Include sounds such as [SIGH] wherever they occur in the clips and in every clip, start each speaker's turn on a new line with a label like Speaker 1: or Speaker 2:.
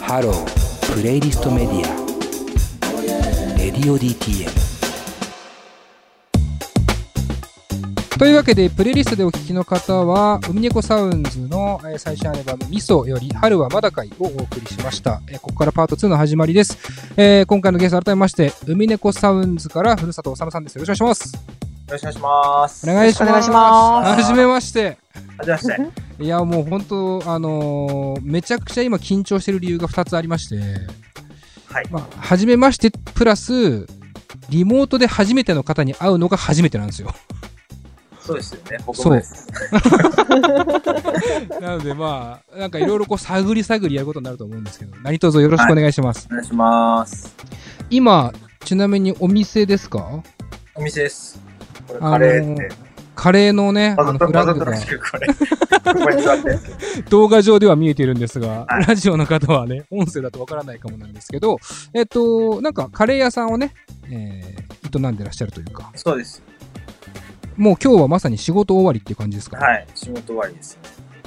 Speaker 1: ハロープレイリストメディア「レディオ DTM
Speaker 2: というわけで、プレイリストでお聴きの方は、海猫サウンズのえー最新アルバム、ミソより、春はまだかいをお送りしました。えーここからパート2の始まりです。えー今回のゲスト、改めまして、海猫サウンズから、ふるさとおさむさんです。よろしくお願いします。
Speaker 3: よろしくお願いします。
Speaker 2: お願いします。
Speaker 4: お願いします
Speaker 2: はじめまして。
Speaker 3: はじめまして。
Speaker 2: いや、もう本当、あのーめちゃくちゃ今緊張してる理由が2つありまして、
Speaker 3: はい。
Speaker 2: まあ、はじめまして、プラス、リモートで初めての方に会うのが初めてなんですよ。
Speaker 3: そうですよね。僕もです。
Speaker 2: [LAUGHS] なのでまあ、なんかいろいろこう探り探りやることになると思うんですけど、何卒よろしくお願いします。
Speaker 3: お願いします。
Speaker 2: 今、ちなみにお店ですか
Speaker 3: お店です。これカレーって。
Speaker 2: カレーのね、あ
Speaker 3: わ
Speaker 2: の
Speaker 3: ざと
Speaker 2: フラ
Speaker 3: わざ
Speaker 2: ッグ
Speaker 3: と
Speaker 2: が
Speaker 3: らしくこれ。ここに座って。
Speaker 2: 動画上では見えているんですが、
Speaker 3: はい
Speaker 2: ラジオの方はね、音声だとわからないかもなんですけど、えっと、なんかカレー屋さんをね、えー、営んでらっしゃるというか、
Speaker 3: そうです。
Speaker 2: もう今日はまさに仕事終わりっていう感じですか、
Speaker 3: はい。仕事終わりです。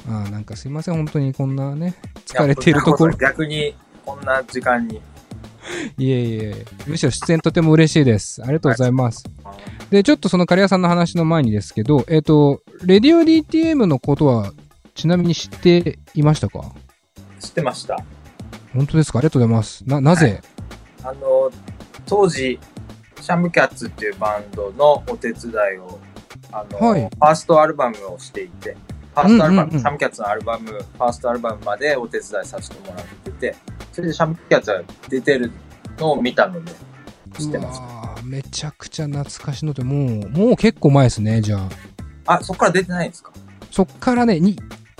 Speaker 2: あーなんかすいません、本当にこんなね、
Speaker 3: いや
Speaker 2: 疲れているところ。
Speaker 3: 逆に、こんな時間に。
Speaker 2: [LAUGHS] いえいえ、むしろ出演とても嬉しいです。ありがとうございます。で、ちょっとそのカレー屋さんの話の前にですけど、えっ、と、レディオ DTM のことは、ちなみに知っていましたか
Speaker 3: 知ってました。
Speaker 2: 本当ですかありがとうございます。な、なぜ、
Speaker 3: あの、当時、シャムキャッツっていうバンドのお手伝いを、あの、
Speaker 2: はい
Speaker 3: ファーストアルバムをしていて、ファーストアルバム、
Speaker 2: うんうんうん
Speaker 3: シャムキャッツのアルバム、ファーストアルバムまでお手伝いさせてもらってて、それでシャムキャッツが出てるのを見たので、知って
Speaker 2: う
Speaker 3: ます。
Speaker 2: わーめちゃくちゃ懐かしので、もう、もう結構前ですね、じゃあ。
Speaker 3: あ、そこから出てないんですか
Speaker 2: そっからね、に、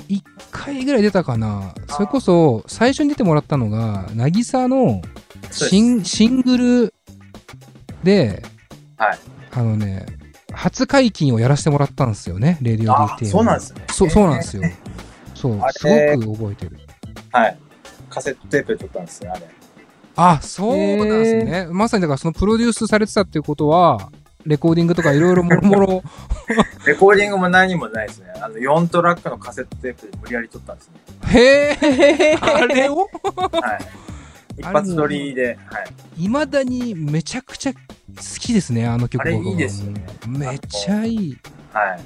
Speaker 2: 1回ぐらい出たかな。それこそ、最初に出てもらったのが、渚の
Speaker 3: そうです
Speaker 2: シンシングルで、
Speaker 3: はい
Speaker 2: あのね、初解禁をやらせてもらったんですよね、レディオ
Speaker 3: あ
Speaker 2: DT。
Speaker 3: そうなんですね。
Speaker 2: そうそうなんですよ。そう
Speaker 3: あ、
Speaker 2: す
Speaker 3: れ
Speaker 2: ごく覚えてる。
Speaker 3: はい。カセットテープで撮ったんですね、あれ。
Speaker 2: あ、そうなんですね。まさにだからそのプロデュースされてたっていうことは、レコーディングとかいろいろもろも
Speaker 3: [LAUGHS]
Speaker 2: ろ、
Speaker 3: レコーディングも何もないですね。あの、4トラックのカセットテープで無理やり撮ったんですね。
Speaker 2: へえ、 [LAUGHS] あれを
Speaker 3: はい。一発撮りで、はい。
Speaker 2: いまだにめちゃくちゃ好きですね、あの曲
Speaker 3: あれいいですよね
Speaker 2: めっちゃいい。
Speaker 3: はい。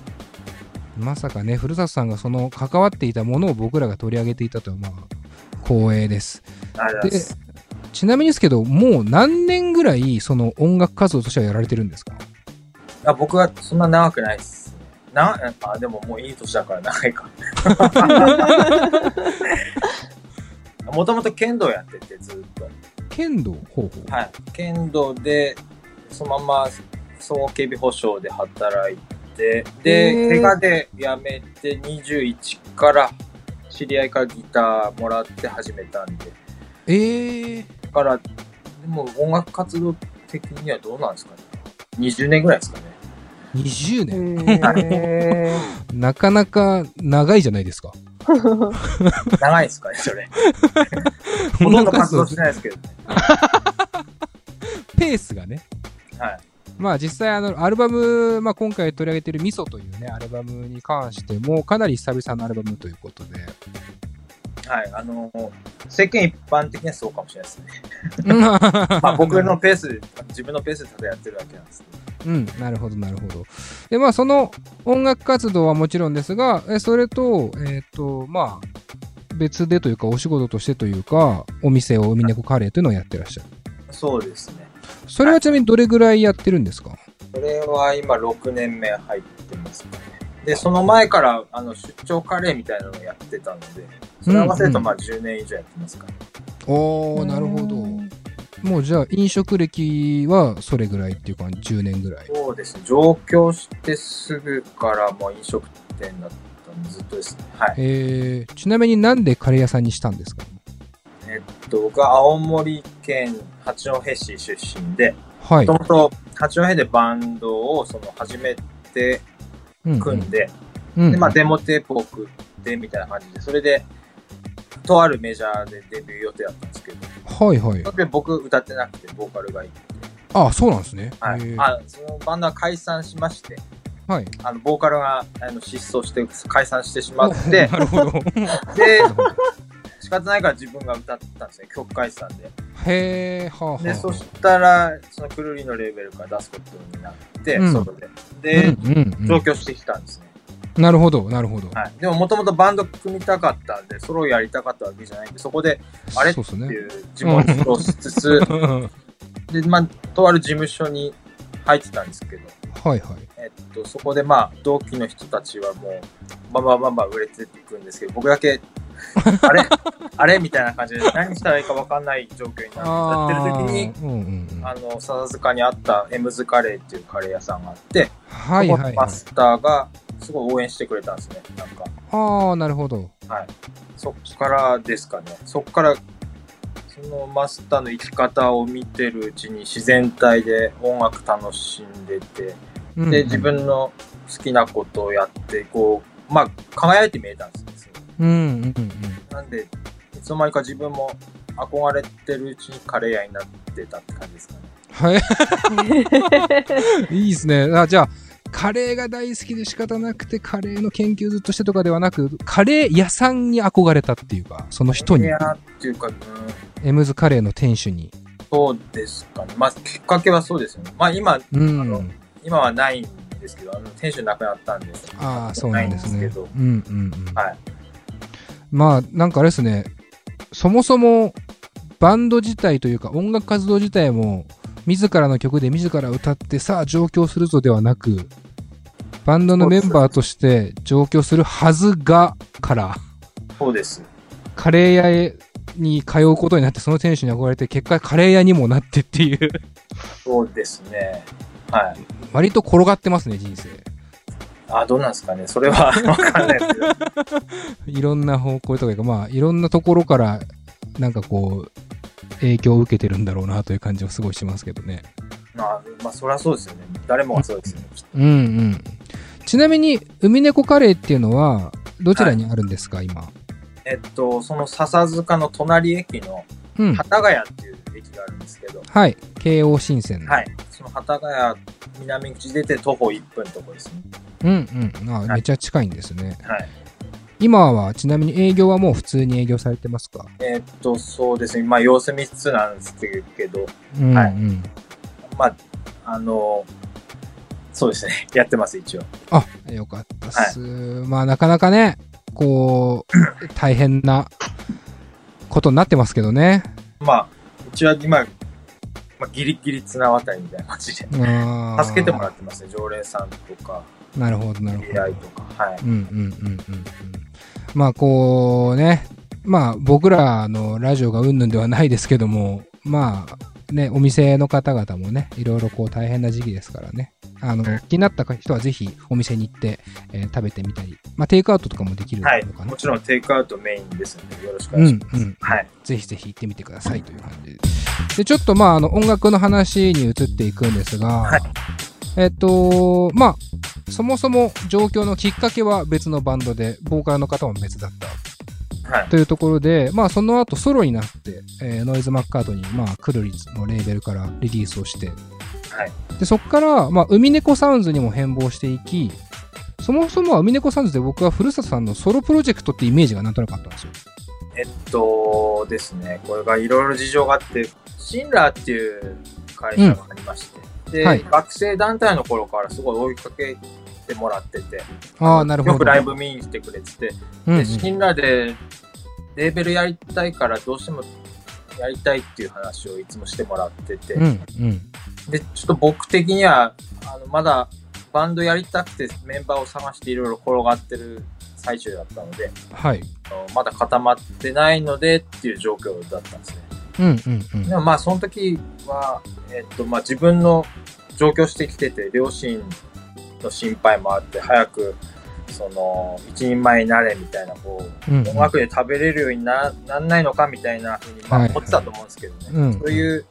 Speaker 2: まさかね、古里さんがその関わっていたものを僕らが取り上げていたとは、まあ、光栄です。
Speaker 3: ありがとうございます。
Speaker 2: ちなみにですけど、もう何年ぐらい、その音楽活動としてはやられてるんですか
Speaker 3: あ僕はそんな長くないっす。な、あ、でももういい年だから長
Speaker 2: [LAUGHS]
Speaker 3: いか。もともと剣道やってて、ずっと。
Speaker 2: 剣道方法。
Speaker 3: はい。剣道で、そのまま、総警備保障で働いて、
Speaker 2: へ
Speaker 3: で、
Speaker 2: ー
Speaker 3: 怪我で辞めて21から、知り合いからギターもらって始めたんで。
Speaker 2: ええ
Speaker 3: だから、でも音楽活動的にはどうなんですかね。20年ぐらいですかね。
Speaker 2: 20年。
Speaker 4: へー
Speaker 2: なかなか長いじゃないです
Speaker 3: [LAUGHS]
Speaker 2: か。
Speaker 3: 長いですかね、そ [LAUGHS] れ。ほとんど活動してないですけどね。
Speaker 2: ペースがね。
Speaker 3: はい。
Speaker 2: まあ実際あのアルバム、まあ、今回取り上げてる「ミソというねアルバムに関してもかなり久々のアルバムということ
Speaker 3: [LAUGHS]
Speaker 2: で
Speaker 3: はい。あのー、世間一般的にはそうかもしれないですね。 [LAUGHS] ま
Speaker 2: ま
Speaker 3: あ僕のペースで、自分のペースでただやってるわけなんですけど。
Speaker 2: うん、なるほど、なるほど。で、まあ、その音楽活動はもちろんですが、えそれと、えっ、と、まあ、別でというか、お仕事としてというか、お店を海猫カレーというのをやってらっしゃる。
Speaker 3: そうですね。
Speaker 2: それはちなみにどれぐらいやってるんですか
Speaker 3: それは今6年目入ってますかね。で、その前からあの出張カレーみたいなのをやってたので、それ合わせるとまあ10年以上やってますから、
Speaker 2: [LAUGHS] おー、なるほど。 [LAUGHS] もうじゃあ、飲食歴はそれぐらいっていうか、10年ぐらい。
Speaker 3: そうですね。上京してすぐからもう飲食店だったんで、ずっとですね。はい。
Speaker 2: えー、ちなみになんでカレー屋さんにしたんですか
Speaker 3: えっと、僕は青森県八戸市出身で、
Speaker 2: はい
Speaker 3: もと。もと八戸でバンドをその始めて
Speaker 2: うん
Speaker 3: 組んで、
Speaker 2: うん
Speaker 3: でまあ、デモテープを送ってみたいな感じで、それで、とあるメジャーでデビュー予定だったんですけど、
Speaker 2: はいはい
Speaker 3: そ。れで僕歌ってなくて、ボーカルがいて、
Speaker 2: あ、そうなんですね。
Speaker 3: はい
Speaker 2: えー
Speaker 3: あそのバンドは解散しまして、
Speaker 2: はい。
Speaker 3: あのボーカ
Speaker 2: [LAUGHS]、
Speaker 3: ルがあの失踪して解散してしまって
Speaker 2: なるほど。
Speaker 3: で、仕方ないから自分が歌ったんですね、曲解散で。
Speaker 2: へえ、はあ、はあ。
Speaker 3: で、そしたら、そのくるりのレーベルから出すことになって、
Speaker 2: うん
Speaker 3: 外で。
Speaker 2: うん
Speaker 3: で、
Speaker 2: うん
Speaker 3: 上京してきたんですね。
Speaker 2: うん、なるほど、なるほど。
Speaker 3: はい。でも、もともとバンド組みたかったんで、ソロやりたかったわけじゃないんで、そこで、あれ
Speaker 2: そうっす
Speaker 3: って
Speaker 2: ね。
Speaker 3: いう自問自答しつつ、
Speaker 2: うんうん [LAUGHS] はい
Speaker 3: で、まあ、とある事務所に入ってたんですけど、
Speaker 2: はい。
Speaker 3: えっと、そこでまあ、同期の人たちはもう、バンバンバンバン売れていくんですけど、僕だけ、 [LAUGHS] あれあれみたいな感じで、何したらいいか分かんない状況になって、やってる時に、
Speaker 2: ー、うんうんうん、
Speaker 3: あの、笹塚にあったエムズカレーっていうカレー屋さんがあって、
Speaker 2: はい
Speaker 3: そこ
Speaker 2: は
Speaker 3: の
Speaker 2: い。
Speaker 3: マスターがすごい応援してくれたんですね。なんか、
Speaker 2: ああ、なるほど。
Speaker 3: そっからですかね。そっから、そのマスターの生き方を見てるうちに自然体で音楽楽しんでて、
Speaker 2: うん
Speaker 3: で、自、分の好きなことをやって、こう、まあ、輝いて見えたんですよ。
Speaker 2: うんうんうんうん。
Speaker 3: なんで、いつの間にか自分も憧れてるうちにカレー屋になってたって感じですかね。
Speaker 2: [LAUGHS] はい。いいですね。あじゃあ、カレーが大好きで仕方なくて、カレーの研究ずっとしてとかではなく、カレー屋さんに憧れたっていうか、その人に
Speaker 3: い、やーっていうか、うん、
Speaker 2: エムズカレーの店主に。
Speaker 3: そうですかね。まあ、きっかけはそうですよね。まあ、今、
Speaker 2: う
Speaker 3: あの
Speaker 2: ん。
Speaker 3: 今はないんですけど、あの、店主亡くなったんで、
Speaker 2: ああ、そうなんです
Speaker 3: ない
Speaker 2: ね。
Speaker 3: んですけど
Speaker 2: うんうんうん。
Speaker 3: はい。
Speaker 2: まあ、なんかあれですね、そもそもバンド自体というか音楽活動自体も、自らの曲で自ら歌ってさあ上京するぞではなく、バンドのメンバーとして上京するはずがから、
Speaker 3: そうです。
Speaker 2: カレー屋に通うことになって、その店主に憧れて、結果カレー屋にもなってっていう、
Speaker 3: そうですね。はい。
Speaker 2: 割と転がってますね、人生。
Speaker 3: あ、どうなんですかね。それは [LAUGHS] わかんないですけど。
Speaker 2: いろんな方向とかいうか、まあ、いろんなところから、なんかこう、影響を受けてるんだろうなという感じはすごいしますけどね。
Speaker 3: まあ、まあ、そりゃそうですよね。誰もがそうですよね。
Speaker 2: うんうん。ちなみに、海猫カレーっていうのは、どちらにあるんですか、今。
Speaker 3: えっと、その笹塚の隣駅の
Speaker 2: うん。
Speaker 3: 幡ヶ谷っていう駅があるんですけど、
Speaker 2: はい。京王新線の。
Speaker 3: はい。その幡ヶ谷南口出て徒歩1分のとこですね。
Speaker 2: うんうん。あ、
Speaker 3: はい
Speaker 2: めちゃ近いんですね。
Speaker 3: はい。
Speaker 2: 今は、ちなみに営業はもう普通に営業されてますか
Speaker 3: えっと、そうですね。まあ、様子見つつなんですけど、
Speaker 2: うん、うん。
Speaker 3: はいまあ、あの、そうですね。 [LAUGHS] やってます、一応。
Speaker 2: あ、よかったっす。まあ、なかなかね、こう、大変なことになってますけどね。
Speaker 3: まあ、うちは今、まあ、ギリギリ綱渡りみたいな感じで、
Speaker 2: 助
Speaker 3: 助けてもら
Speaker 2: っ
Speaker 3: ってますね。常連さんとか、
Speaker 2: て。なるほど、なるほど。
Speaker 3: AI とか。はい。
Speaker 2: うんうんうんうんうん。まあこうね、まあ僕らのラジオがうんぬんではないですけども、まあね、お店の方々もね、いろいろこう大変な時期ですからね。あの、気になった人はぜひお店に行って、えー食べてみたり、まあテイクアウトとかもできるの
Speaker 3: はい。
Speaker 2: かな。
Speaker 3: もちろんテイクアウトメインですので、よろしくお
Speaker 2: う
Speaker 3: 願いし
Speaker 2: ん
Speaker 3: ます。
Speaker 2: うん。
Speaker 3: はい。
Speaker 2: ぜひぜひ行ってみてくださいという感じで。で、ちょっとまあ、あの、音楽の話に移っていくんですが、
Speaker 3: はい
Speaker 2: えっと、まあ、そもそも状況のきっかけは別のバンドで、ボーカルの方も別だった
Speaker 3: はい。
Speaker 2: というところで、まあ、その後ソロになって、えーノイズ・マッカートに、まあ、クルリのレーベルからリリースをして、でそこから、まあ、海猫サウンズにも変貌していき、そもそもは海猫サウンズで僕は古里さんのソロプロジェクトってイメージがなんとなくあったんですよ。
Speaker 3: えっとですね、これがいろいろ事情があって、シンラーっていう会社がありまして、で、
Speaker 2: はい
Speaker 3: 学生団体の頃からすごい追いかけてもらってて、
Speaker 2: ああ、なるほど。
Speaker 3: よくライブ見に来てくれてて、
Speaker 2: うんう
Speaker 3: で、
Speaker 2: ん
Speaker 3: シンラーでレーベルやりたいからどうしてもやりたいっていう話をいつもしてもらってて、
Speaker 2: うんうん
Speaker 3: で、ちょっと僕的には、あの、まだバンドやりたくてメンバーを探していろいろ転がってる最中だったので、
Speaker 2: はい。
Speaker 3: あのまだ固まってないのでっていう状況だったんですね。
Speaker 2: うんうんうん。
Speaker 3: でもまあその時は、えっとまあ、自分の上京してきてて両親の心配もあって早くその一人前になれみたいなこう
Speaker 2: うんうん
Speaker 3: 音楽で食べれるようにななんないのかみたいなふうにまあ
Speaker 2: はい
Speaker 3: 思ってたと思うんですけどね、
Speaker 2: うんうん
Speaker 3: そういう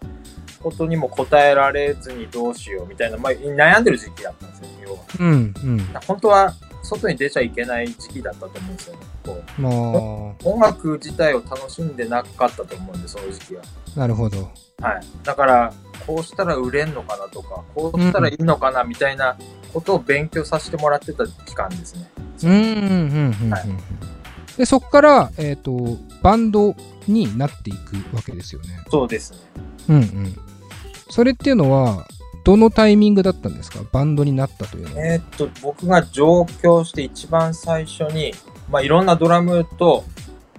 Speaker 3: ことにも答えられずにどうしようみたいな、まあ、悩んでる時期だったんですよ要は
Speaker 2: うんうん。
Speaker 3: 本当は外に出ちゃいけない時期だったと思うんですよねこ
Speaker 2: も
Speaker 3: う音楽自体を楽しんでなかったと思うんでその時期は。
Speaker 2: う、なるほど。
Speaker 3: はい、だからこうしたら売れんのかなとかこうしたらいいのかなみたいなことを勉強させてもらってた期間ですね。
Speaker 2: うんうんうんうんうん。
Speaker 3: はい
Speaker 2: で、そこから、えっ、と、バンドになっていくわけですよね。
Speaker 3: そうですね。
Speaker 2: うんうん。それっていうのは、どのタイミングだったんですかバンドになったというのは。
Speaker 3: えーっと、僕が上京して一番最初に、まあ、いろんなドラムと、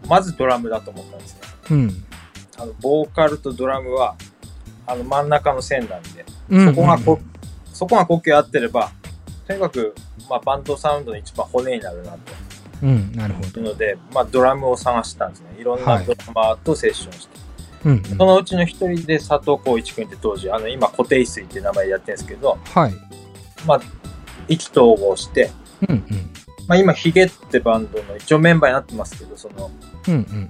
Speaker 3: まずドラムだと思ったんですね。
Speaker 2: うん。
Speaker 3: あの、ボーカルとドラムは、あの、真ん中の線なんで、
Speaker 2: うん
Speaker 3: そこがこ、そこが呼吸合ってれば、とにかく、まあ、バンドサウンドの一番骨になるなと。
Speaker 2: うん、なるほど。
Speaker 3: いうので、まあ、ドラムを探したんですね。いろん
Speaker 2: は
Speaker 3: ないドラマーとセッションして。
Speaker 2: うん、うん。
Speaker 3: そのうちの一人で佐藤浩一君って当時、あの、今、固定水って名前でやってるんですけど、
Speaker 2: はい。
Speaker 3: まあ、意気投合して、
Speaker 2: うん、うん。
Speaker 3: まあ、今、ヒゲってバンドの一応メンバーになってますけど、その、
Speaker 2: うん、うん、うん。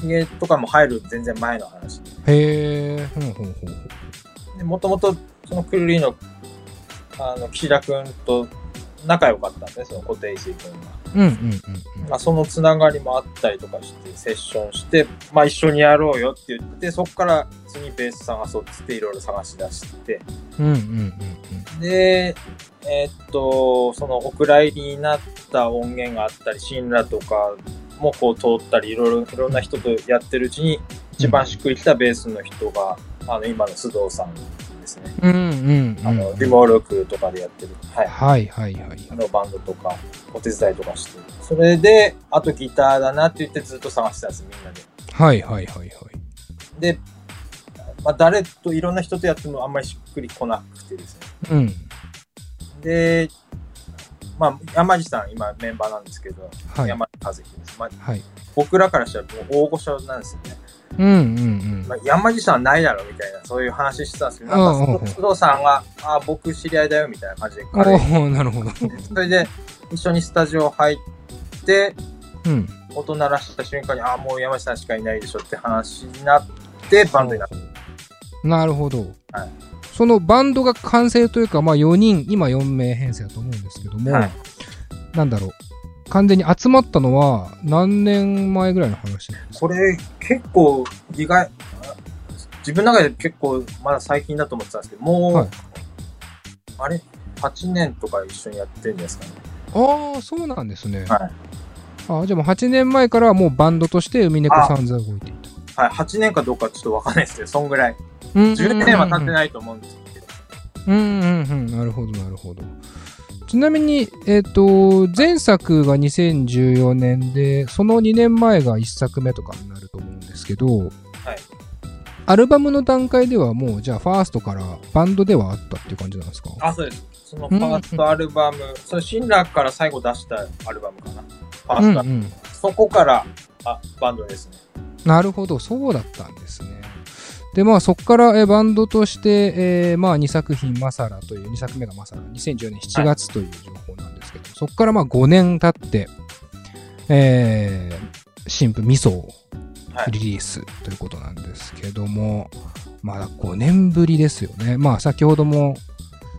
Speaker 3: ヒゲとかも入る全然前の話で。
Speaker 2: へえ、ほうほうほうほう。
Speaker 3: で、もともと、そのクルリーの、あの、岸田君と仲良かったんですね、その固定水君が。
Speaker 2: うん、うん、うん
Speaker 3: まあ、そのつながりもあったりとかして、セッションして、まあ、一緒にやろうよって言って、そこから次ベース探そうっつっていろいろ探し出して、
Speaker 2: うん。うん、うん、うんうん。
Speaker 3: で、えーっと、そのお蔵入りになった音源があったり、シンラとかもこう通ったり、いろいろ、いろんな人とやってるうちに、一番しっくりきたベースの人が、あの、今の須藤さんですね。
Speaker 2: うん、うん、うん。
Speaker 3: あの、リモルクとかでやってる。はい。
Speaker 2: はい、はい、はい。
Speaker 3: あのバンドとか、お手伝いとかして。それで、あとギターだなって言ってずっと探してたんです、みんなで。
Speaker 2: はい、はい、はい、はい。
Speaker 3: で、まあ、誰といろんな人とやってもあんまりしっくりこなくてですね。
Speaker 2: うん。
Speaker 3: で、まあ、山地さん、今メンバーなんですけど、
Speaker 2: はい。
Speaker 3: 山地和樹です。まあ、
Speaker 2: はい。
Speaker 3: 僕らからしたらもう大御所なんですよね。
Speaker 2: うん、うん、
Speaker 3: まあ、山地さんはないだろうみたいな、そういう話してたんですけど、
Speaker 2: うんうん
Speaker 3: な
Speaker 2: うん
Speaker 3: んか須藤さんが、ああ、僕知り合いだよみたいな感じで
Speaker 2: うん。
Speaker 3: 彼、
Speaker 2: お [LAUGHS] おなるほど。
Speaker 3: それで一緒にスタジオ入って、
Speaker 2: うん。
Speaker 3: 音鳴らした瞬間に、ああ、もう山下さんしかいないでしょって話になって、バンドになった。
Speaker 2: なるほど、
Speaker 3: はい
Speaker 2: そのバンドが完成というか、まあ、4人今4名編成だと思うんですけども、
Speaker 3: はい
Speaker 2: なんだろう完全に集まったのは何年前ぐらいの話なんですか
Speaker 3: それ、結構、意外、あ自分の中で結構、まだ最近だと思ってたんですけど、もう、
Speaker 2: はい
Speaker 3: あれ ?8 年とか一緒にやってるんですかね。
Speaker 2: ああそうなんですね、
Speaker 3: はい
Speaker 2: あじゃあもう8年前からはもうバンドとして海猫サウンズは動いていた
Speaker 3: はい、8年かどうかちょっとわかんないですけど、そんぐらい。
Speaker 2: 10
Speaker 3: 10年は経ってないと思うんですけど。
Speaker 2: うんうんうん、なるほど、なるほど。ちなみに、えっ、と、前作が2014年で、その2年前が1作目とかになると思うんですけど、アルバムの段階ではもう、じゃあ、ファーストからバンドではあったっていう感じなんですか
Speaker 3: あ、そうです。そのファーストアルバム、それ、シンラーから最後出したアルバムかな。ファーストアルバ
Speaker 2: う
Speaker 3: ム
Speaker 2: んうん
Speaker 3: そこから、あ、バンドですね。
Speaker 2: なるほど、そうだったんですね。で、まあ、そこから、えーバンドとして、えーまあ、2作品、マサラという、2作目がマサラ、2014年7月という情報なんですけど、そこから、まあ、5年経って、えー、新婦ミソを
Speaker 3: はい
Speaker 2: リリースということなんですけども、まだ5年ぶりですよね。まあ、先ほども、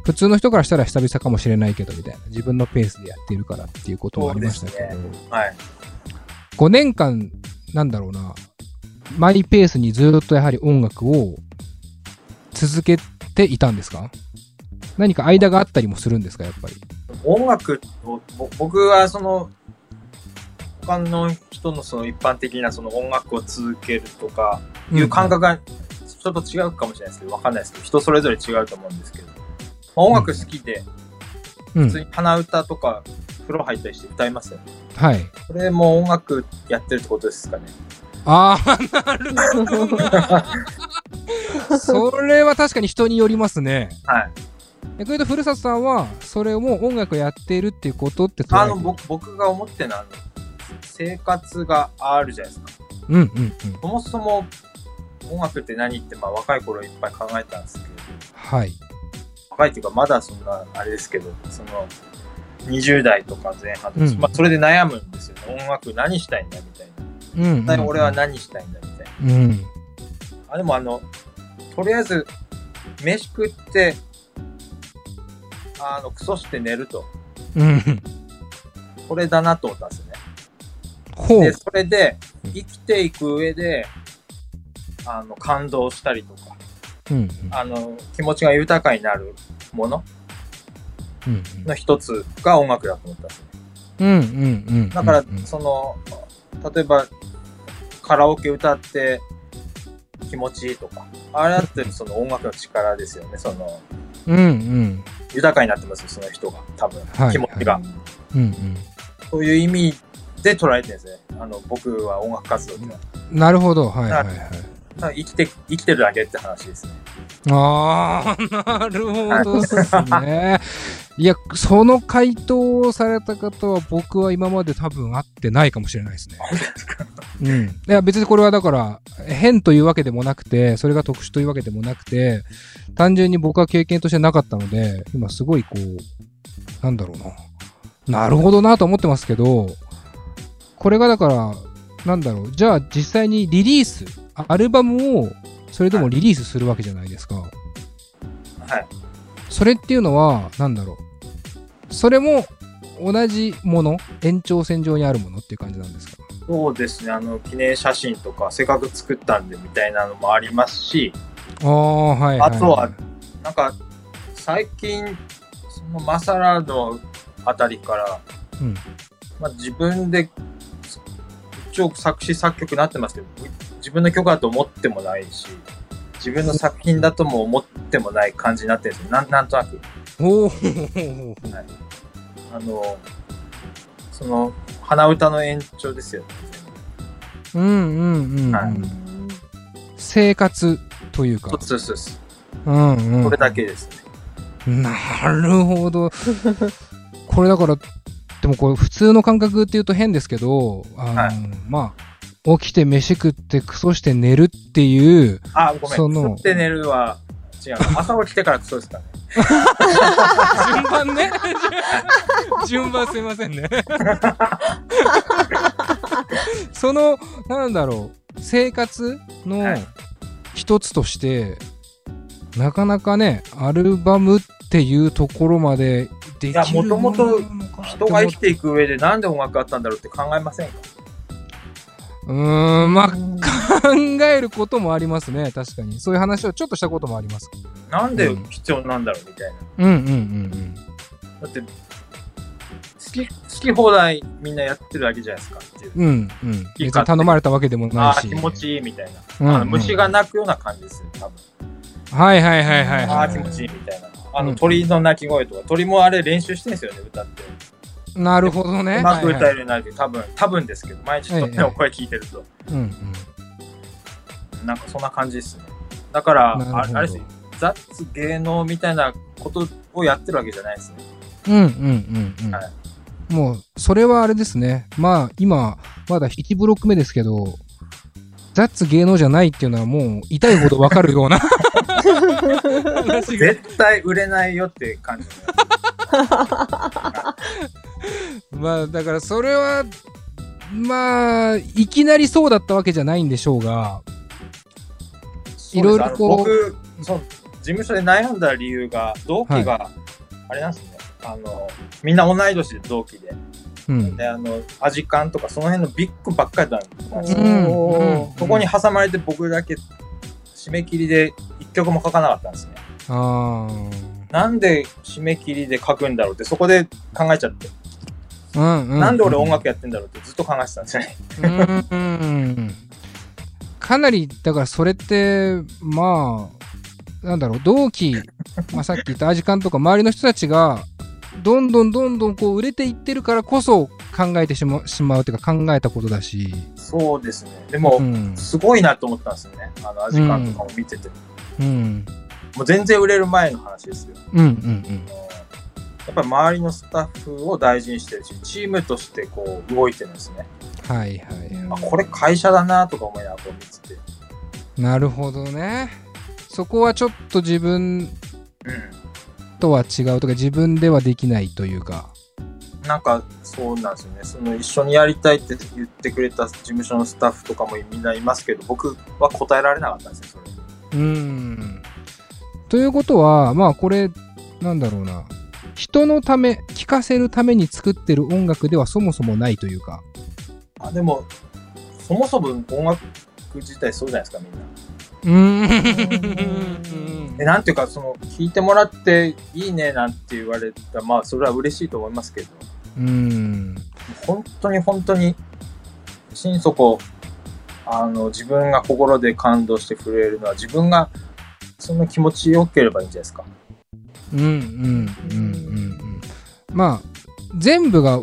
Speaker 2: 普通の人からしたら久々かもしれないけど、みたいな、自分のペースでやっているからっていうこともありましたけ
Speaker 3: そうで
Speaker 2: ど、
Speaker 3: はい。
Speaker 2: 5年間なんだろうなマイペースにずっとやはり音楽を続けていたんですか何か間があったりもするんですかやっぱり
Speaker 3: 音楽をぼ僕はその他の人のその一般的なその音楽を続けるとかいう感覚がちょっと違うかもしれないですけど、わかんないですけど、人それぞれ違うと思うんですけど、まあ、音楽好きで、
Speaker 2: うん、う
Speaker 3: 普
Speaker 2: ん
Speaker 3: 通に鼻歌とか風呂入ったりして歌いますよね。
Speaker 2: はい
Speaker 3: これも音楽やってるってことです
Speaker 2: [LAUGHS]
Speaker 3: かね。
Speaker 2: ああなるほどな [LAUGHS] それは確かに人によりますね
Speaker 3: はい。
Speaker 2: 逆に言うとふるさとさんはそれをもう音楽やっているっていうことって捉え
Speaker 3: あ
Speaker 2: て
Speaker 3: の、僕僕が思ってるのは、あの生活があるじゃないですか。
Speaker 2: うんうんうん
Speaker 3: そもそも音楽って何って、まあ若い頃いっぱい考えたんですけど、
Speaker 2: はい
Speaker 3: 若いっていうかまだそんなあれですけどその20代とか前半とか、
Speaker 2: うん
Speaker 3: まあ、それで悩むんですよね音楽何したいんだみたいな
Speaker 2: うんうんうん
Speaker 3: 一体俺は何したいんだみたいな
Speaker 2: うん
Speaker 3: あでもあのとりあえず飯食ってあのクソして寝ると
Speaker 2: うん
Speaker 3: これだなと思ったんですよね
Speaker 2: ほ
Speaker 3: で
Speaker 2: う
Speaker 3: それで
Speaker 2: うん
Speaker 3: 生きていく上であの感動したりとか
Speaker 2: うんうん
Speaker 3: あの気持ちが豊かになるもの
Speaker 2: うん
Speaker 3: の一つが音楽だと思ったんですよ
Speaker 2: うんうんうん。
Speaker 3: だから
Speaker 2: うん、
Speaker 3: その、例えば、カラオケ歌って気持ちいいとか、あれだってその音楽の力ですよね、その、
Speaker 2: うんうん。
Speaker 3: 豊かになってますよ、その人が、多分、
Speaker 2: はい
Speaker 3: 気持ちが。
Speaker 2: うん
Speaker 3: そういう意味で捉えてるんですね。あの、僕は音楽活動っていうのは。
Speaker 2: うん。なるほど。はいはいはい。
Speaker 3: だから生きて、生きてるだけって話ですね。
Speaker 2: ああ、なるほどです [LAUGHS] ね。いや、その回答をされた方は僕は今まで多分会ってないかもしれないですね。うん。いや、別にこれはだから、変というわけでもなくて、それが特殊というわけでもなくて、単純に僕は経験としてなかったので、今すごいこう、なんだろうな。なるほどなと思ってますけど、これがだから、なんだろう。じゃあ実際にリリース、あアルバムをそれでもリリースするわけじゃないですか。
Speaker 3: はい。
Speaker 2: それっていうのは、なんだろう。それも同じもの、延長線上にあるものっていう感じなんですか。
Speaker 3: そうですね、あの、記念写真とか、せっかく作ったんでみたいなのもありますし、
Speaker 2: ああ、はい、はい。
Speaker 3: あとは、なんか、最近、そのマサラのあたりから、
Speaker 2: うん
Speaker 3: まあ、自分で、一応作詞作曲になってますけど、自分の曲だと思ってもないし、自分の作品だとも思ってもない感じになってるんですよ。なんなんとなく。
Speaker 2: おー
Speaker 3: あの、その、鼻歌の延長ですよね。
Speaker 2: うんうんうん、
Speaker 3: はい
Speaker 2: 生活というか
Speaker 3: そう。そうそうそ
Speaker 2: う
Speaker 3: う。
Speaker 2: んうん。
Speaker 3: これだけですね。
Speaker 2: なるほど。 [LAUGHS] これだから、でもこれ普通の感覚っていうと変ですけど、あの
Speaker 3: はい
Speaker 2: まあ、起きて飯食ってクソして寝るっていう、
Speaker 3: あ、ごめん。
Speaker 2: その
Speaker 3: 食って寝るは、違う。朝起きてからクソですからね。
Speaker 2: 順番ね [LAUGHS] 順番すいません
Speaker 3: [LAUGHS]
Speaker 2: ねそのなんだろう生活の
Speaker 3: はい
Speaker 2: 一つとして、なかなかねアルバムっていうところまでできる
Speaker 3: いやもともと人が生き
Speaker 2: て
Speaker 3: ていく上でなんで音楽あったんだろうって考えませんか
Speaker 2: うーんまあ考えることもありますね確かにそういう話をちょっとしたこともあります
Speaker 3: なんで必要なんだろうみたいな。
Speaker 2: うんうんうん
Speaker 3: だって、好き、好き放題みんなやってるだけじゃないですかっていう。
Speaker 2: うんうんうん別に頼まれたわけでもな
Speaker 3: あ
Speaker 2: い
Speaker 3: あ、
Speaker 2: し
Speaker 3: 気持ちいいみたいな。
Speaker 2: うんうん
Speaker 3: あの虫が鳴くような感じですよ、多分。
Speaker 2: はいはいはいはい、はい、
Speaker 3: ああ、気持ちいいみたいな。あ
Speaker 2: うん
Speaker 3: の鳥の鳴き声とか、鳥もあれ練習してんですよね、歌って。
Speaker 2: なるほどね。
Speaker 3: うまく歌え
Speaker 2: はい
Speaker 3: るようになるって、多分、多分ですけど、毎日鳥の声聞いてると、
Speaker 2: はいうんうん
Speaker 3: なんかそんな感じですね。だから、
Speaker 2: なるほど
Speaker 3: ああれですよ、雑芸能みたいなことをやってるわけじゃないですね。
Speaker 2: うんうんうんうん。
Speaker 3: は
Speaker 2: もう、それはあれですね。まあ、今、まだ1ブロック目ですけど、ザッツ芸能じゃないっていうのはもう痛いほどわかるような話が。
Speaker 3: 絶対売れないよって感じ。
Speaker 2: [LAUGHS] まあ、だからそれは、まあ、いきなりそうだったわけじゃないんでしょうが、いろいろこう
Speaker 3: そうですあの僕その事務所で悩んだ理由が同期が、あれなんですねあのみんな同い年で同期で
Speaker 2: うん。
Speaker 3: であのアジカンとかその辺のビッグばっかりだったんですよ、
Speaker 2: うん
Speaker 4: お
Speaker 3: そ
Speaker 2: [LAUGHS]
Speaker 3: こに挟まれて僕だけ締め切りで一曲も書かなかったんですね
Speaker 2: あ
Speaker 3: なんで締め切りで書くんだろうってそこで考えちゃって、
Speaker 2: あ。うんうん。
Speaker 3: なんで俺音楽やってんだろうってずっと考えてたんですよね
Speaker 2: うんかなりだからそれってまあなんだろう同期、まあ、さっき言ったアジカンとか周りの人たちがどんどんどんどんこう売れていってるからこそ考えてしましまうというか考えたことだし、
Speaker 3: そうですねでも、
Speaker 2: うん
Speaker 3: すごいなと思ったんですよねあのアジカンとかも見てて、
Speaker 2: うん、
Speaker 3: もう全然売れる前の話ですよ
Speaker 2: うんうんうん
Speaker 3: やっぱり周りのスタッフを大事にしてるし、チームとしてこう動いてるんですね。
Speaker 2: はいは
Speaker 3: あ、これ会社だなとか思いながらこう見てて。
Speaker 2: いなるほどねそこはちょっと自分
Speaker 3: う
Speaker 2: とは違うとか自分ではできないというか
Speaker 3: ん。なんかそうなんですよね。その一緒にやりたいって言ってくれた事務所のスタッフとかもみんないますけど、僕は答えられなかったんですよ、それに。
Speaker 2: うん。ということは、まあこれ、なんだろうな。人のため、聴かせるために作ってる音楽ではそもそもないというか。
Speaker 3: あ、でも、そもそも音楽自体そうじゃないですか、みん
Speaker 2: う
Speaker 3: な。
Speaker 2: ー
Speaker 4: ん
Speaker 3: え、なんていうか、その、聞いてもらっていいねなんて言われたら、まあ、それは嬉しいと思いますけど。
Speaker 2: うん。
Speaker 3: 本当に本当に、心底、あの、自分が心で感動して震えるのは、自分が、その気持ちよければいいんじゃないですか。
Speaker 2: うんうんうんうんうんまあ全部が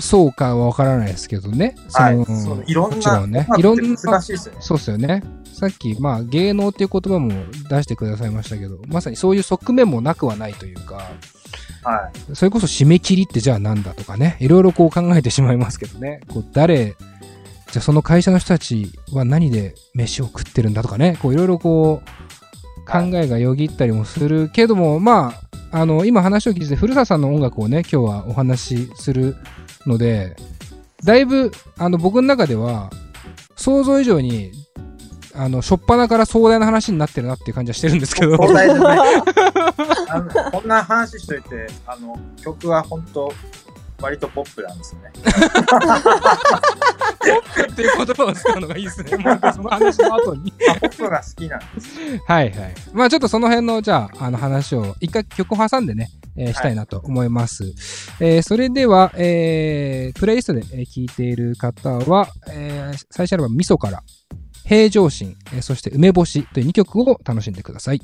Speaker 2: そうかは分からないですけどねそ
Speaker 3: はい。
Speaker 2: の
Speaker 3: そのいろん
Speaker 2: もちろ
Speaker 3: な、
Speaker 2: んね
Speaker 3: 音
Speaker 2: いろ
Speaker 3: 楽
Speaker 2: ん
Speaker 3: っ
Speaker 2: な
Speaker 3: て難しいですよね。
Speaker 2: そうっすよねさっき、まあ、芸能っていう言葉も出してくださいましたけどまさにそういう側面もなくはないというか
Speaker 3: は
Speaker 2: それこそ締め切りってじゃあなんだとかねいろいろこう考えてしまいますけどねこう誰じゃあその会社の人たちは何で飯を食ってるんだとかねこういろいろこう考えがよぎったりもするけどもまああの今話を聞いてて古澤さんの音楽をね今日はお話しするのでだいぶあの僕の中では想像以上にあの初っ端から壮大な話になってるなっていう感じはしてるんですけど
Speaker 3: い。。答えじゃない。あのこんな話しといて、あの、曲は本当割とポップなんですよね。
Speaker 2: っていう言葉を使うのがいいですね。もうその話の後に。
Speaker 3: あポップが好きなんで
Speaker 2: はいはい。まあちょっとその辺の、じゃあ、あの話を、一回曲を挟んでね、えーしたいなと思います。えーそれでは、えープレイリストでえー聴いている方は、えー最初アルバム、味噌から、平常心、えーそして梅干しという2曲を楽しんでください。